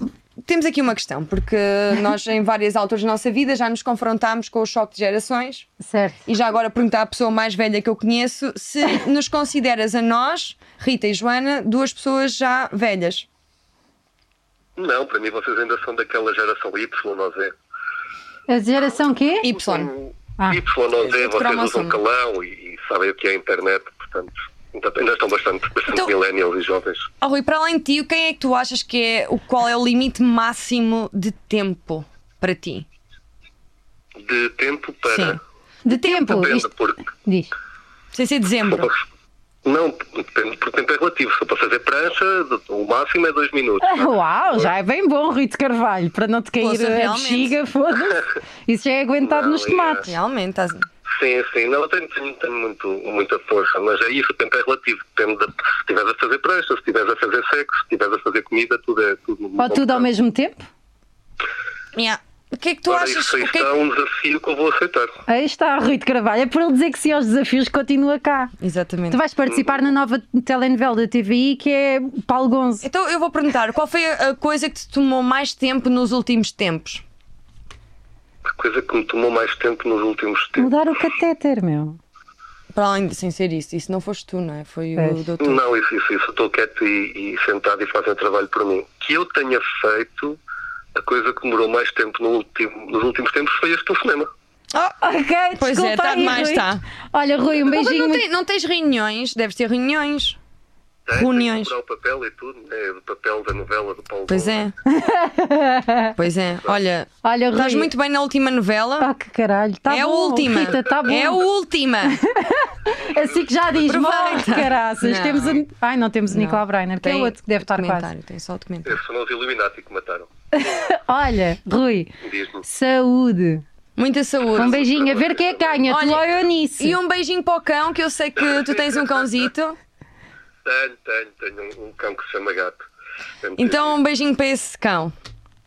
S2: temos aqui uma questão, porque nós em várias alturas da nossa vida já nos confrontámos com o choque de gerações.
S1: Certo.
S2: E já agora perguntar à pessoa mais velha que eu conheço se nos consideras a nós, Rita e Joana, duas pessoas já velhas.
S3: Não, para mim vocês ainda são daquela geração Y, nós é.
S1: A geração quê?
S2: Y.
S3: O
S1: Ah.
S3: Y, nós é,
S2: Este
S3: vocês
S2: cromossomo.
S3: usam calão e, e sabem o que é a internet, portanto. Ainda ainda estão bastante, bastante
S2: Então-
S3: millennials e jovens.
S2: Oh, Rui, para além de ti, quem é que tu achas que é o qual é o limite máximo de tempo para ti?
S3: De tempo para.
S2: Sim.
S1: De tempo.
S3: Depende,
S1: Isto...
S3: porque.
S1: Diz.
S2: Sem ser dezembro.
S3: Não, depende, porque o tempo é relativo. Se eu para fazer prancha, o máximo é dois minutos.
S1: Uau, já é bem bom, Rui de Carvalho, para não te cair
S2: Poxa,
S1: a
S2: realmente.
S1: bexiga, foda-se. Isso já é aguentado
S3: Não,
S1: nos
S3: é-
S1: tomates.
S2: Realmente, estás.
S3: Sim, sim, não tem, tem, tem muito, muita força, mas é isso, o tempo é relativo, depende de, se estiveres a fazer prancha, se estiveres a fazer sexo, se estiveres a fazer comida, tudo é tudo.
S1: Ou tudo ao mesmo tempo?
S2: Yeah. O que é que tu
S3: Ora,
S2: achas?
S3: Isso aí
S2: O que é
S3: está
S2: que...
S3: um desafio que eu vou aceitar.
S1: Aí está, Rui de Carvalho. É por ele dizer que sim aos desafios, continua cá.
S2: Exatamente.
S1: Tu vais participar na nova telenovela da TVI que é Paulo Gonzo.
S2: Então eu vou perguntar, qual foi a a coisa que te tomou mais tempo nos últimos tempos?
S3: A coisa que me tomou mais tempo nos últimos tempos.
S1: Mudar o catéter, meu.
S2: Para além de sem ser isso, isso não foste tu, não é? Foi o
S1: Pois.
S2: doutor.
S3: Não, isso, isso, isso, eu estou quieto e, e sentado e fazem o trabalho por mim. Que eu tenha feito, a coisa que demorou mais tempo no último- nos últimos tempos foi este telefonema. É,
S1: Ok,
S2: Pois
S1: desculpa
S2: é, tá
S1: aí,
S2: demais,
S1: Rui.
S2: tá.
S1: Olha, Rui, um
S2: Ah, Mas
S1: beijinho.
S2: não,
S1: muito-
S2: tem- não tens reuniões? Deves ter reuniões.
S3: Tem,
S2: Reuniões.
S3: Tem que comprar o papel e tudo, né? do papel da novela do Paulo
S2: Pois
S3: Gonzo.
S2: é. pois é. Olha,
S1: Olha, Rui.
S2: estás muito bem na última novela.
S1: Ah, que caralho. Tá
S2: é a
S1: bom,
S2: última.
S1: Rita, tá bom.
S2: É a última.
S1: Assim que já diz,
S2: Aproveita.
S1: morre, caraças.
S2: Não.
S1: Temos o- Ai, não temos o Nicolau Breiner, que é
S2: Tem
S1: outro que deve estar quase.
S2: documentário, Tem só documentário.
S3: Esses foram os Illuminati que mataram.
S1: Olha, Rui,
S3: Diz-me.
S1: saúde.
S2: Muita saúde.
S1: Um beijinho, a ver quem é que ganha.
S2: Olha,
S1: tu ou eu nisso.
S2: E um beijinho para o cão, que eu sei que tu tens um cãozito.
S3: Tenho, tenho, tenho um, um cão que se chama gato. Portanto,
S2: Então um beijinho para esse cão.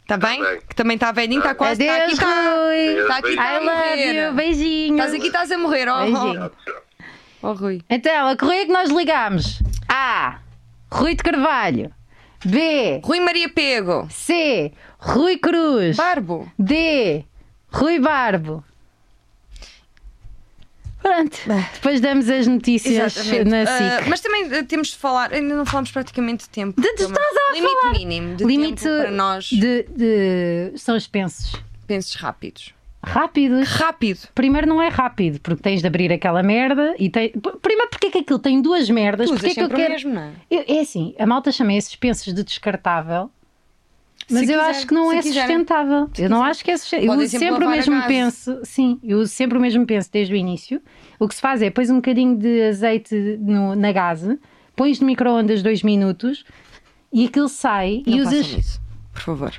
S2: Está Tá bem?
S3: bem.
S2: Que também está velhinho, está quase. Está aqui, tá.
S1: Adeus,
S2: está.
S1: Rui.
S3: Adeus,
S2: Está aqui, está a
S1: I love
S2: morrer.
S1: you. Beijinho.
S2: Estás aqui, estás a morrer. Oh,
S1: Beijinho.
S2: oh,
S3: tchau.
S2: oh, Rui.
S1: Então, a correia que nós ligamos. A. Rui de Carvalho. B.
S2: Rui Maria Pego.
S1: C. Rui Cruz.
S2: Barbo.
S1: D. Rui Barbo. Pronto. Depois damos as notícias
S2: Exatamente.
S1: na
S2: Ah,
S1: SIC.
S2: mas também ah, temos de falar, ainda não falámos praticamente de tempo.
S1: De- de-
S2: Então,
S1: estás a
S2: Limite
S1: falar.
S2: mínimo de
S1: Limite
S2: tempo para nós
S1: de, de- são os pensos.
S2: pensos rápidos.
S1: Rápidos.
S2: Rápido.
S1: Primeiro não é rápido, porque tens de abrir aquela merda e tem. P- Primeiro, porque é que aquilo tem duas merdas?
S2: Tu
S1: Porque
S2: usas
S1: é que eu
S2: sempre o
S1: quero.
S2: mesmo, não é?
S1: Eu- é assim, a malta chama esses pensos de descartável, mas eu
S2: quiser,
S1: acho que não
S2: se
S1: é
S2: quiserem.
S1: sustentável. eu não acho que é sustentável. Eu
S2: Podem
S1: uso
S2: sempre
S1: sempre o
S2: lavar a
S1: mesmo
S2: gás.
S1: penso, sim, eu uso sempre o mesmo penso desde o início. O que se faz é pões um bocadinho de azeite no- na gase, pões no micro-ondas dois minutos e aquilo sai
S2: Não
S1: e usas
S2: façam isso, por favor.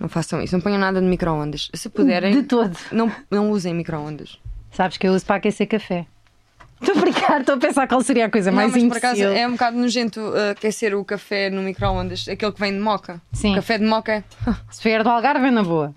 S2: Não façam isso, não ponham nada de micro-ondas. Se puderem,
S1: de todo.
S2: não, não usem micro-ondas.
S1: Sabes que eu uso para aquecer café. Estou a brincar, estou a pensar qual seria a coisa
S2: Não,
S1: mais
S2: mas por acaso
S1: imbecil.
S2: é um bocado nojento ah, aquecer o café no micro-ondas, aquele que vem de moca.
S1: Sim.
S2: O café de moca.
S1: Se vier do Algarve, é na boa.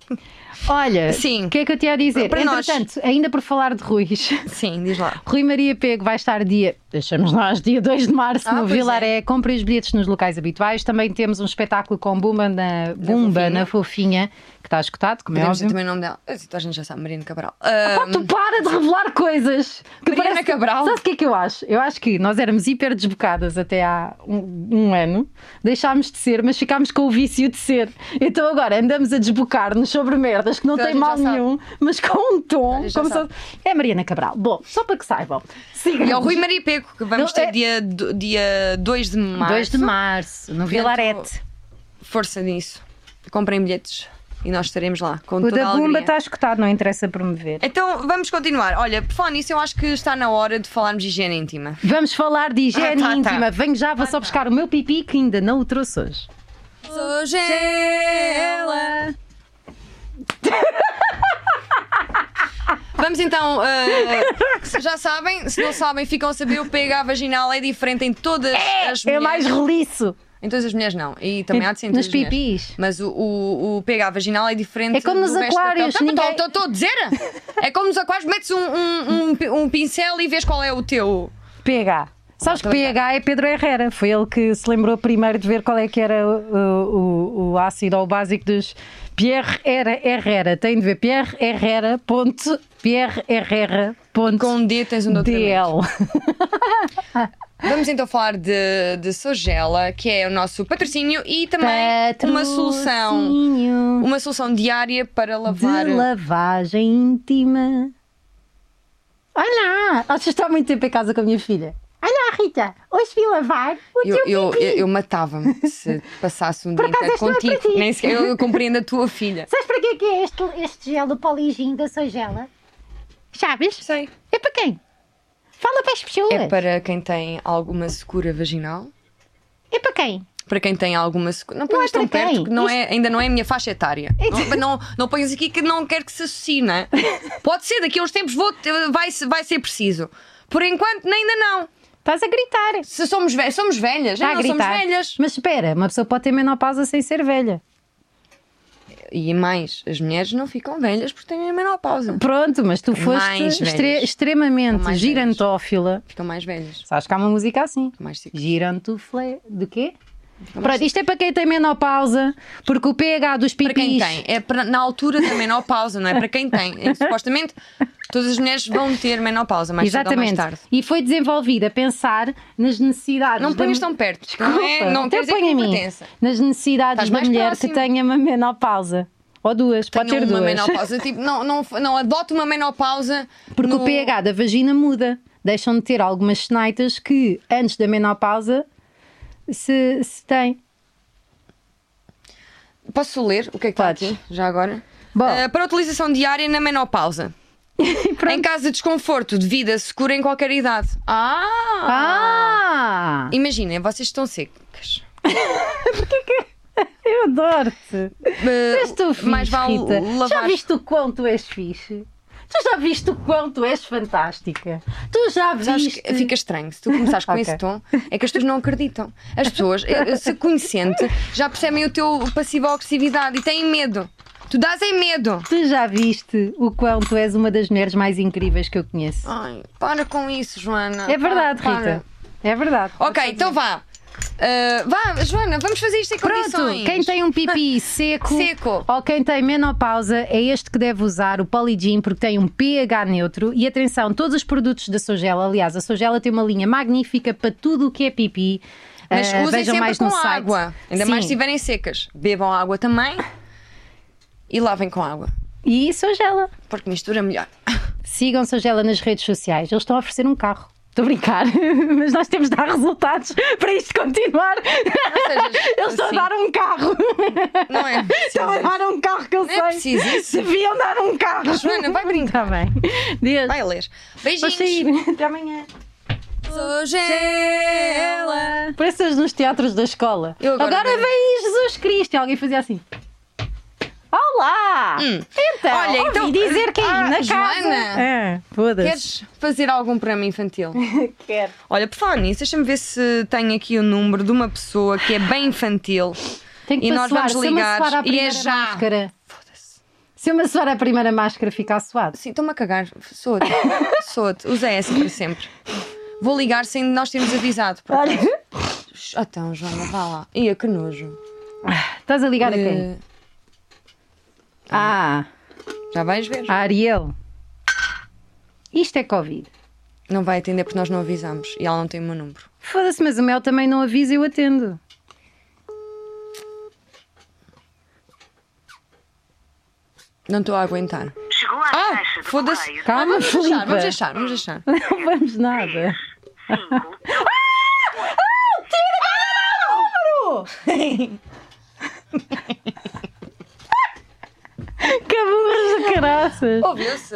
S1: Olha,
S2: Sim.
S1: o que é que eu te ia dizer?
S2: Para nós.
S1: Entretanto, ainda por falar de Ruiz,
S2: Sim, diz lá.
S1: Rui Maria Pego vai estar dia, deixamos nós, dia 2 de março
S2: Ah,
S1: no
S2: pois
S1: Vilaré. Comprem os bilhetes nos locais habituais. Também temos um espetáculo com Bumba na, Bumba,
S2: Fofinha.
S1: na Fofinha, que está escutado, como é
S2: É Podemos dizer
S1: óbvio.
S2: também o nome dela. Ah, A gente já sabe, Marina Cabral.
S1: Pá,
S2: Ah,
S1: tu para de revelar coisas. Que
S2: Mariana
S1: parece que-
S2: Cabral.
S1: Sabes o que é que eu acho? Eu acho que nós éramos hiper desbocadas até há um, um ano, deixámos de ser, mas ficámos com o vício de ser. Então agora andamos a desbocar-nos sobre merdas que não
S2: Toda Então a
S1: têm
S2: gente já
S1: mal
S2: sabe.
S1: nenhum, mas com um tom.
S2: Toda a gente já
S1: Como se...
S2: sabe.
S1: É Mariana Cabral. Bom, só para que saibam. Sigam.
S2: E ao é Rui Maria Pego, que vamos
S1: Não,
S2: ter
S1: é-
S2: dia, do- dia 2 de março.
S1: 2 de março, no Vilarete.
S2: Força nisso. Comprem bilhetes. E nós estaremos lá com
S1: O
S2: toda
S1: da tá-
S2: a
S1: Pumba
S2: alegria.
S1: está escutado, não interessa promover.
S2: Então vamos continuar. Olha, por falar nisso, eu acho que está na hora de falarmos de higiene íntima.
S1: Vamos falar de higiene
S2: Ah, tá, tá.
S1: íntima. Venho já, vou só buscar o meu pipi que ainda não o trouxe hoje.
S2: Hoje ela. Vamos então, ah, já sabem, se não sabem, ficam a saber o pH vaginal é diferente em todas as mulheres.
S1: É mais reliço.
S2: Em todas as mulheres não, e também há de ser em todas
S1: Nos
S2: as mulheres.
S1: pipis.
S2: Mas o, o, o pH vaginal é diferente.
S1: É como nos
S2: do resto da
S1: aquários,
S2: pele. Tá,
S1: ninguém-
S2: Estou estou a dizer! É como nos aquários, metes um, um, um, um pincel e vês qual é o teu.
S1: PH. Sabes que
S2: também
S1: PH é Pedro Herrera. Foi ele que se lembrou primeiro de ver qual é que era o, o- o ácido ou o básico dos Pierre Era Herrera. Tem de ver Pierre Herrera. Ponto, Pierre Herrera. Ponto,
S2: Com D tens um doutoramento.
S1: DL.
S2: Vamos então falar de, de Sogela, que é o nosso patrocínio e também uma solução.
S1: Patrocínio
S2: Uma solução diária para lavar.
S1: De lavagem íntima. Olha, achas que está muito tempo em casa com a minha filha? Olha, Rita, hoje vim lavar o
S2: Eu,
S1: teu
S2: eu,
S1: pipi.
S2: eu, eu matava-me se passasse um dia
S1: acaso
S2: inteiro
S1: este não é para
S2: contigo.
S1: ti.
S2: Nem sequer eu, eu compreendo a tua filha.
S1: Sabes para que é que é este, este gel do Poligin da Sogela? Sabes?
S2: Sei.
S1: É para quem? Fala para as pessoas.
S2: É para quem tem alguma secura vaginal.
S1: É para quem?
S2: Para quem tem alguma secu- Não
S1: Não é
S2: ponhas tão
S1: para quem.
S2: perto que não é, ainda não é a minha faixa etária. Não, não, não ponhas aqui que não quero que se associe, não é? Pode ser, daqui a uns tempos vou, vai, vai ser preciso. Por enquanto, ainda não.
S1: Estás a gritar.
S2: Se somos velhas, somos velhas,
S1: Está Tá a
S2: já não somos
S1: gritar.
S2: velhas.
S1: Mas espera, uma pessoa pode ter menopausa sem ser velha.
S2: E mais, as mulheres não ficam velhas porque têm a menopausa.
S1: Pronto, mas tu foste
S2: Mais
S1: estre-
S2: velhas.
S1: extremamente
S2: Mais velhas.
S1: girantófila.
S2: Ficam mais velhas.
S1: Sabes que há uma música assim?
S2: Ficam mais secas.
S1: Girantufle. Do quê? Pronto, isto é para quem tem menopausa, porque o pH dos pipis.
S2: Para quem tem, é para- na altura da menopausa, não é? Para quem tem. É, supostamente, todas as mulheres vão ter menopausa mais cedo ou mais
S1: Exatamente.
S2: tarde.
S1: E foi desenvolvida a pensar nas necessidades. um
S2: Não
S1: da
S2: ponhas
S1: mu-
S2: tão perto.
S1: Desculpa,
S2: Não, é, não
S1: até
S2: quer dizer que
S1: põe a
S2: não
S1: mim.
S2: pertença.
S1: Nas necessidades
S2: Estás
S1: da
S2: mais
S1: mulher
S2: próximo.
S1: que tenha uma menopausa. Ou duas, pode
S2: Tenho
S1: ter
S2: uma
S1: duas.
S2: menopausa. Tipo, não, não, não adoto uma menopausa.
S1: Porque
S2: no-
S1: o pH da vagina muda. Deixam de ter algumas senaitas que antes da menopausa se, se tem.
S2: Posso ler o que é que está
S1: Podes.
S2: aqui, já agora?
S1: Bom.
S2: Ah, para utilização diária na menopausa. Em caso de desconforto devido a secura em qualquer idade. Ah!
S1: Ah!
S2: Imaginem, vocês estão secas.
S1: Eu adoro-te!
S2: Ah,
S1: És tu fixe,
S2: mais vale
S1: Rita. Já
S2: lavar.
S1: viste o quão tu és fixe? Tu já viste o quão tu és fantástica? Tu já
S2: Sabes
S1: viste...
S2: que fica estranho se tu começares com
S1: Ok.
S2: esse tom, é que as pessoas não acreditam. As pessoas, eh, eh, se conhecente, já percebem o teu passivo-agressividade e têm medo. Tu dás em medo.
S1: Tu já viste o quão tu és uma das mulheres mais incríveis que eu conheço?
S2: Ai, para com isso, Joana.
S1: É verdade,
S2: Ah, Para,
S1: Rita. É verdade.
S2: para. Ok, então vá. Ah, vá, Joana, vamos fazer isto em condições.
S1: Pronto, quem tem um pipi seco,
S2: Seco.
S1: ou quem tem menopausa é este que deve usar o Polygym porque tem um pH neutro. E atenção, todos os produtos da Sogela, aliás, a Sogela tem uma linha magnífica para tudo o que é pipi.
S2: Mas
S1: Ah,
S2: usem
S1: vejam
S2: sempre
S1: mais
S2: com
S1: no site.
S2: água. Ainda mais
S1: Sim.
S2: se estiverem secas. Bebam água também e lavem com água.
S1: E Sogela.
S2: Porque mistura melhor.
S1: Sigam Sogela nas redes sociais. Eles estão a oferecer um carro. Estou a brincar, mas nós temos de dar resultados para isto continuar.
S2: sejas
S1: Eles estão
S2: assim.
S1: a dar um carro.
S2: Não é?
S1: Estão a dar um carro que eu
S2: Não
S1: sei.
S2: é preciso isso.
S1: Deviam dar um carro.
S2: Joana, vai
S1: brincar. Está Tá bem. Deus.
S2: Vai ler.
S1: Vou
S2: Beijinhos.
S1: sair. Até amanhã.
S2: é Sogela.
S1: Parece nos teatros da escola.
S2: Eu agora
S1: agora
S2: vejo.
S1: vem Jesus Cristo. E alguém fazia assim. Olá! Então,
S2: Hum. Olha,
S1: ouvi
S2: então-
S1: dizer que é
S2: Ah,
S1: na casa...
S2: Joana.
S1: É, foda-se.
S2: Queres fazer algum programa infantil?
S1: Quero.
S2: Olha, por falar nisso, deixa-me ver se tenho aqui o número de uma pessoa que é bem infantil.
S1: Tem que
S2: E nós
S1: passoar.
S2: vamos
S1: Se eu me
S2: ligar.
S1: assoar à
S2: E é
S1: primeira
S2: já.
S1: máscara...
S2: Foda-se.
S1: Se eu me assoar à primeira máscara, fica assoado.
S2: Sim, estou-me a cagar. Sou-te. Sou-te. Usa essa para sempre. Vou ligar sem nós termos avisado. Por
S1: Olha.
S2: acaso. Ah, Então, Joana, vá lá. Ia, que nojo.
S1: Estás a ligar a quem?
S2: Eh,
S1: Ah,
S2: já vais ver.
S1: a Ariel. Isto é Covid.
S2: Não vai atender porque nós não avisamos e ela não tem o meu número.
S1: Foda-se, mas o Mel também não avisa e eu atendo.
S2: Não estou a aguentar.
S4: Chegou à
S2: Ah,
S4: caixa de
S2: foda-se.
S4: correio
S1: Calma,
S2: vamos deixar, vamos
S1: Filipa.
S2: deixar, vamos deixar.
S1: Não vamos nada.
S4: 5.
S1: caraças.
S2: Ouviu-se?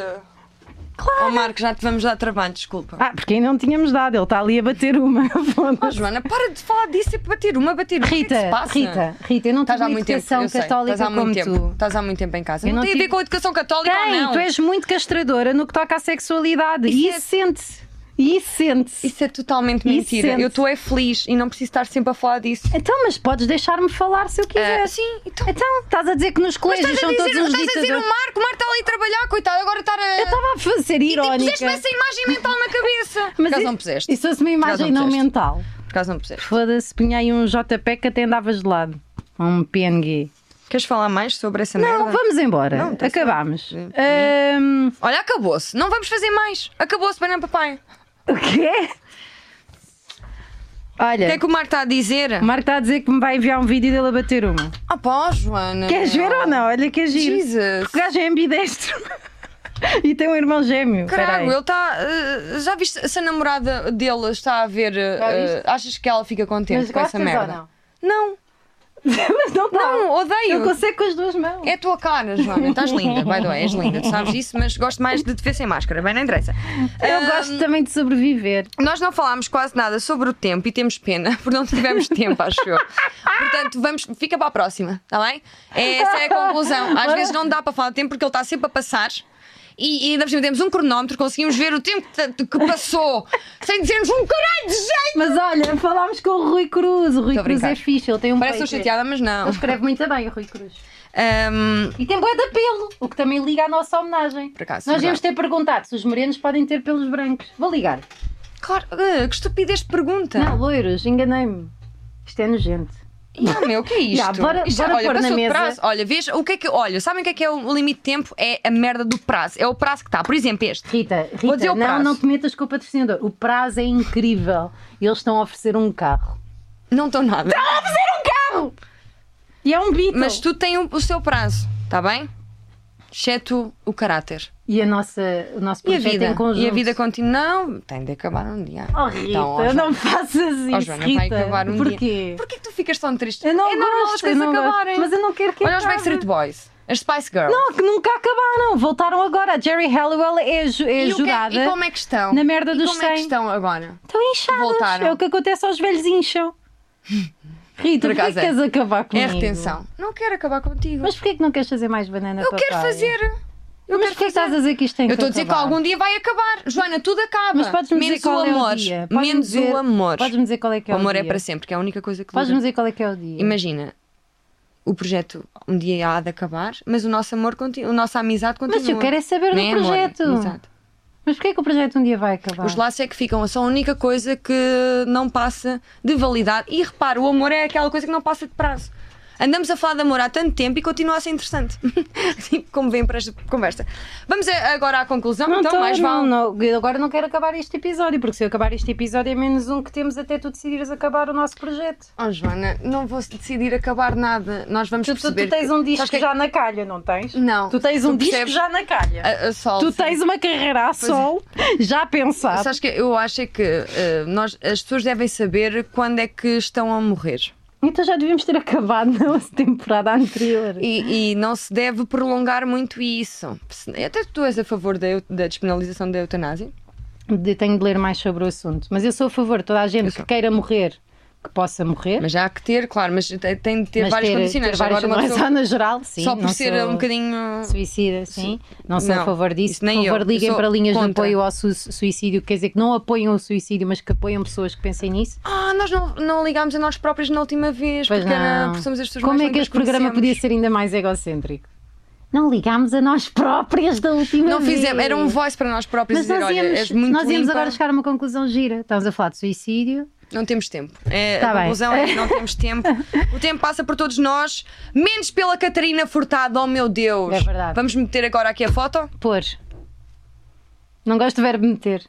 S2: Claro. Oh, Marco, já te vamos dar trabalho, desculpa.
S1: Ah, porque ainda não tínhamos dado, ele está ali a bater uma.
S2: Oh, Joana, para de falar disso e bater uma, bater uma. O que é que se
S1: Rita,
S2: passa?
S1: Rita, Rita, eu não
S2: Estás
S1: tenho
S2: há muito tempo,
S1: educação
S2: eu sei.
S1: católica
S2: Estás há muito
S1: como
S2: tempo.
S1: tu.
S2: Estás há muito tempo em casa.
S1: Eu
S2: não,
S1: não
S2: tem a ver
S1: tive-
S2: com a educação católica ou
S1: Tem,
S2: não. é
S1: tu és muito castradora no que toca à sexualidade. E isso sente-se. E isso sente-se.
S2: Isso é totalmente
S1: Isso
S2: mentira.
S1: sente-se.
S2: Eu estou é feliz e não preciso estar sempre a falar disso.
S1: Então, mas podes deixar-me falar se eu quiser.
S2: Ah, sim, então.
S1: Então, estás a dizer que nos
S2: Mas
S1: colégios
S2: estás a
S1: são
S2: dizer,
S1: todos uns
S2: estás a dizer o
S1: ditadores.
S2: Marco, o Marco está ali a trabalhar, coitado, agora estar a.
S1: Eu estava a fazer
S2: E
S1: irónica.
S2: puseste-me essa imagem mental na cabeça. Por acaso
S1: isso-
S2: não puseste.
S1: Isso fosse uma imagem
S2: não
S1: não,
S2: puseste.
S1: mental.
S2: Por acaso não puseste.
S1: Foda-se, punha aí um JPEG que até andavas de lado. Um PNG.
S2: Queres falar mais sobre essa
S1: Não,
S2: merda?
S1: vamos embora.
S2: Não, tá certo.
S1: Acabámos.
S2: Sim.
S1: Ahm,
S2: Olha, acabou-se. Não vamos fazer mais. Acabou-se, banana papai.
S1: o quê?
S2: O que
S1: Olha,
S2: é que o Marco está a dizer?
S1: o Marco está a dizer que me vai enviar um vídeo dele a bater uma.
S2: Ah, pá, Joana.
S1: Queres ver ou não? Olha que é giro.
S2: Jesus.
S1: O gajo é ambidestro. e tem um irmão gêmeo.
S2: Caralho,
S1: Peraí.
S2: ele está. eh, já viste se a namorada dele está a ver. eh,
S1: Já viste?
S2: eh, achas que ela fica contente
S1: Mas
S2: com essa
S1: gostas ou
S2: merda?
S1: não?
S2: Não,
S1: Mas não está.
S2: não, odeio.
S1: Eu consigo com as duas mãos.
S2: É a tua cara, Joana. Estás linda, by the way, és linda, tu sabes isso, mas gosto mais de te ver sem máscara, bem, não interessa.
S1: Eu
S2: Ahm,
S1: gosto também de sobreviver.
S2: Nós não falámos quase nada sobre o tempo e temos pena, porque não tivemos tempo, acho eu. Portanto, vamos, fica para a próxima, está bem? Essa é a conclusão. Às vezes não dá para falar de tempo porque ele está sempre a passar. E, e ainda por cima temos um cronómetro, conseguimos ver o tempo que, que passou sem dizermos um caralho de jeito.
S1: Mas olha, falámos com o Rui Cruz. O Rui
S2: Tô a
S1: Cruz
S2: brincar.
S1: é fixe, ele tem um
S2: Parece um
S1: paper.
S2: chateada, mas não.
S1: Ele escreve muito bem, o Rui Cruz.
S2: Ahm,
S1: E tem boé de pelo, o que também liga à nossa homenagem.
S2: Por acaso,
S1: Nós
S2: verdade.
S1: íamos ter perguntado se os morenos podem ter pelos brancos. Vou ligar.
S2: claro, ah, que estupidez de pergunta.
S1: Não, loiros, enganei-me. Isto é nojento.
S2: Não, meu, o que é isto?
S1: Já, bora-
S2: Isto-
S1: bora
S2: olha,
S1: pôr na
S2: passou o
S1: mesa.
S2: prazo. Olha, veja, o que é que. Olha, sabem o que é que é o limite de tempo? É a merda do prazo. É o prazo que está. Por exemplo, este.
S1: Rita,
S2: Vou dizer
S1: Rita,
S2: o prazo.
S1: não, não te metas com o patrocinador. O prazo é incrível. Eles estão a oferecer um carro.
S2: Não estou nada.
S1: Tá E é um Beatle.
S2: Mas tu tens o, o seu prazo, está bem? Exceto o caráter.
S1: E a nossa, o nosso
S2: E a
S1: projeto é
S2: vida.
S1: em conjunto.
S2: E a vida continua. Não, tem de acabar um dia.
S1: Oh, Rita,
S2: Então, ó,
S1: não
S2: Joana,
S1: faças isso,
S2: ó, Joana,
S1: Rita.
S2: vai acabar um
S1: Porquê?
S2: dia. Porquê que tu ficas tão triste?
S1: Eu não
S2: é normal
S1: gosto,
S2: as coisas
S1: eu não gosto.
S2: acabarem.
S1: Mas eu não quero que
S2: Olha os
S1: acabe.
S2: Backstreet Boys, as Spice Girls.
S1: Não, que nunca acabaram. Voltaram agora. A Jerry Halliwell é, ju- é
S2: E, o que é-
S1: jurada.
S2: e como é que estão?
S1: na merda
S2: e
S1: dos
S2: como é que
S1: 100.
S2: estão agora?
S1: Estão inchados.
S2: Voltaram.
S1: É o que acontece aos velhos incham. Rita, porquê
S2: Por
S1: que
S2: acaso é.
S1: queres acabar comigo?
S2: É a retenção. Não quero acabar contigo.
S1: Mas porquê que não queres fazer mais banana
S2: Eu
S1: papai?
S2: quero fazer.
S1: Mas
S2: Eu quero
S1: porquê que estás a dizer que isto tem
S2: Eu
S1: que
S2: estou a dizer que
S1: acabar?
S2: algum dia vai acabar. Joana, tudo acaba.
S1: Mas podes-me dizer
S2: Menos
S1: qual
S2: o
S1: é
S2: amor.
S1: o dia. Podes-me
S2: Menos
S1: dizer-
S2: o amor.
S1: Podes-me dizer qual é que
S2: O
S1: é o,
S2: amor
S1: dia?
S2: é para sempre, que é a única coisa que
S1: Podes-me
S2: dura.
S1: dizer qual é que é o dia?
S2: Imagina, o projeto um dia há de acabar, mas o nosso amor continua, a nossa amizade continua.
S1: Mas eu quero é saber do
S2: Nem é amor,
S1: projeto.
S2: Exato.
S1: Mas porquê que o projeto um dia vai acabar?
S2: Os laços é que ficam, são a única coisa que não passa de validade. E repara, o amor é aquela coisa que não passa de prazo. Andamos a falar de amor há tanto tempo e continua a ser interessante. Assim como vem para esta conversa. Vamos a- agora à conclusão,
S1: Não,
S2: então,
S1: tô,
S2: mais
S1: não,
S2: vale.
S1: não. Eu agora não quero acabar este episódio, porque se eu acabar este episódio é menos um que temos até tu decidires acabar o nosso projeto.
S2: Oh, Joana, não vou decidir acabar nada. Nós vamos
S1: Tu, tu- tu
S2: perceber.
S1: tens
S2: que-
S1: um disco
S2: Sabes que- é
S1: já na calha, não tens?
S2: Não.
S1: Tu tens um
S2: Tu
S1: disco
S2: percebes-
S1: já na calha.
S2: A, a Sol,
S1: Tu
S2: sim. é.
S1: tens uma carreira a sol, já pensado.
S2: Sabes que eu acho é que eh, nós, as pessoas devem saber quando é que estão a morrer.
S1: Então já devíamos ter acabado na nossa temporada anterior.
S2: E, e não se deve prolongar muito isso. Se- Até tu és a favor da, eu- da despenalização da eutanásia?
S1: Eu tenho de ler mais sobre o assunto. Mas eu sou a favor de toda a gente que
S2: sou.
S1: queira morrer, que possa morrer.
S2: Mas já há que ter, claro, mas te- tem de ter
S1: mas
S2: vários
S1: ter,
S2: condicionantes.
S1: ter vários
S2: Agora, uma
S1: condicionantes,
S2: pessoa-
S1: na geral, sim.
S2: só por
S1: não
S2: ser
S1: sou
S2: um bocadinho.
S1: Suicida, sim. Não sou
S2: Não,
S1: a favor disso.
S2: isso nem
S1: Por favor,
S2: eu.
S1: liguem
S2: Sou
S1: para linhas de
S2: contra.
S1: apoio ao su- suicídio, quer dizer que não apoiam o suicídio, mas que apoiam pessoas que pensem nisso.
S2: Ah, nós não, não ligámos a nós próprios na última vez,
S1: Pois
S2: porque, era,
S1: não.
S2: porque somos as pessoas
S1: Como
S2: mais
S1: é que
S2: lindas
S1: este programa
S2: conhecemos.
S1: podia ser ainda mais egocêntrico? Não ligámos a nós próprias da última
S2: Não
S1: vez.
S2: fizemos, era um voice para nós próprios
S1: Mas
S2: dizer,
S1: nós
S2: olha,
S1: íamos,
S2: é és muito
S1: nós íamos
S2: limpa,
S1: agora chegar a uma conclusão gira. Estamos a falar de suicídio.
S2: não temos tempo. É,
S1: Tá
S2: a
S1: bem.
S2: conclusão é que não temos tempo. O tempo passa por todos nós, menos pela Catarina Furtado, oh meu Deus.
S1: É verdade.
S2: Vamos meter agora aqui a foto?
S1: Pôr. Não gosto de verbo meter.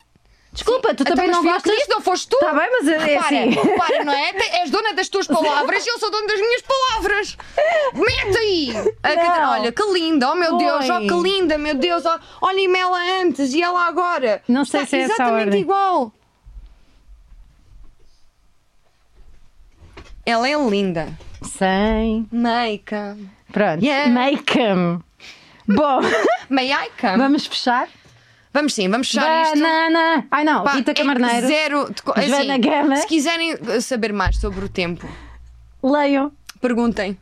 S1: Desculpa, tu também não
S2: Então, mas fui eu que
S1: gostas.
S2: disse, não foste tu?
S1: Está bem, mas é é
S2: Repara,
S1: assim.
S2: repara, não é? Te- És dona das tuas palavras e eu sou dona das minhas palavras. Mete aí! A Catarina, olha, que linda, oh meu
S1: Foi.
S2: Deus, oh que linda, meu Deus, oh, olhem-me ela antes e ela agora.
S1: Não sei
S2: Está
S1: se é essa a
S2: exatamente
S1: ordem.
S2: igual. Ela é linda.
S1: Sem.
S2: Meica.
S1: Pronto.
S2: Yeah.
S1: Make 'em. Bom,
S2: May I come? Vamos,
S1: Vamos fechar?
S2: sim, vamos fechar isto.
S1: Banana! Ai não,
S2: Pá,
S1: Rita
S2: é
S1: Camarneiro.
S2: Zero. de co-
S1: Joana
S2: assim,
S1: Gama.
S2: Se quiserem eh, saber mais sobre o tempo,
S1: Leiam.
S2: perguntem.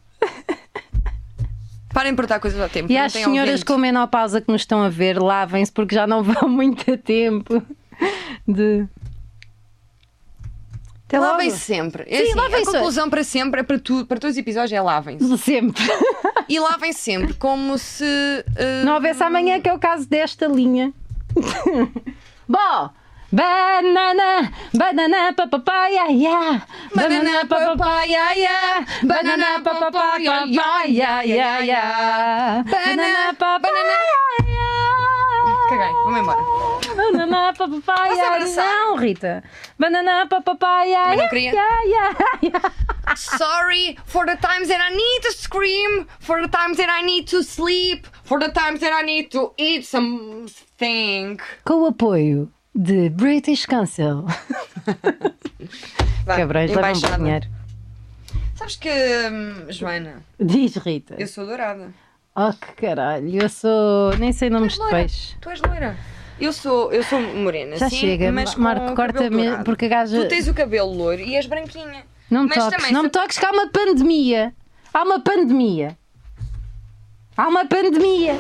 S2: Parem de perguntar coisas ao tempo.
S1: E
S2: não
S1: às
S2: têm
S1: senhoras
S2: ouvintes.
S1: com menopausa que nos estão a ver, lavem-se porque já não vão muito a tempo de. Até logo.
S2: Lavem-se sempre. É
S1: Sim,
S2: assim,
S1: lavem-se.
S2: A conclusão para sempre, é para, tu, para todos os episódios, é lavem-se.
S1: Sempre.
S2: E lavem-se sempre, como se. eh,
S1: Não houvesse amanhã, que é o caso desta linha. Bom! Banana, banana, papapaya, yeah.
S2: Banana papaya, yeah.
S1: banana, papapaya, yeah, yeah, yeah. Banana, papaya, yeah.
S2: Caguei, vamos embora.
S1: Banana papapaya.
S2: Posso abraçar?
S1: Não, Rita. Banana papapaya.
S2: Também não queria.
S1: Ya, ya, ya.
S2: Sorry for the times that I need to scream, for the times that I need to sleep, for the times that I need to eat something.
S1: Com o apoio de British Council.
S2: Vá,
S1: Cabrões, levam
S2: embaixada.
S1: bom dinheiro.
S2: Sabes que, hum, Joana,
S1: Diz Rita.
S2: eu sou dourada.
S1: Oh, que caralho. Eu sou. Nem sei nomes
S2: és
S1: de
S2: loira.
S1: peixe.
S2: Tu és loira. Eu sou, eu sou morena,
S1: Já
S2: sim,
S1: chega,
S2: mas
S1: Marco,
S2: com o
S1: corta
S2: cabelo
S1: me-
S2: dourado.
S1: porque a gaja-
S2: Tu tens o cabelo loiro e és branquinha.
S1: Não me
S2: Mas
S1: toques.
S2: também
S1: Não
S2: se-
S1: me toques que há uma pandemia. Há uma pandemia. Há uma pandemia.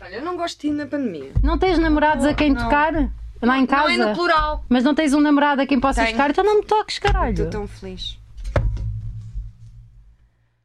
S2: Olha, eu não gosto de ir na pandemia.
S1: Não tens namorados a quem
S2: Não.
S1: tocar? Lá em
S2: Não é
S1: casa?
S2: no plural.
S1: Mas não tens um namorado a quem possas
S2: Tenho.
S1: tocar? Então não me toques, caralho.
S2: Estou tão feliz.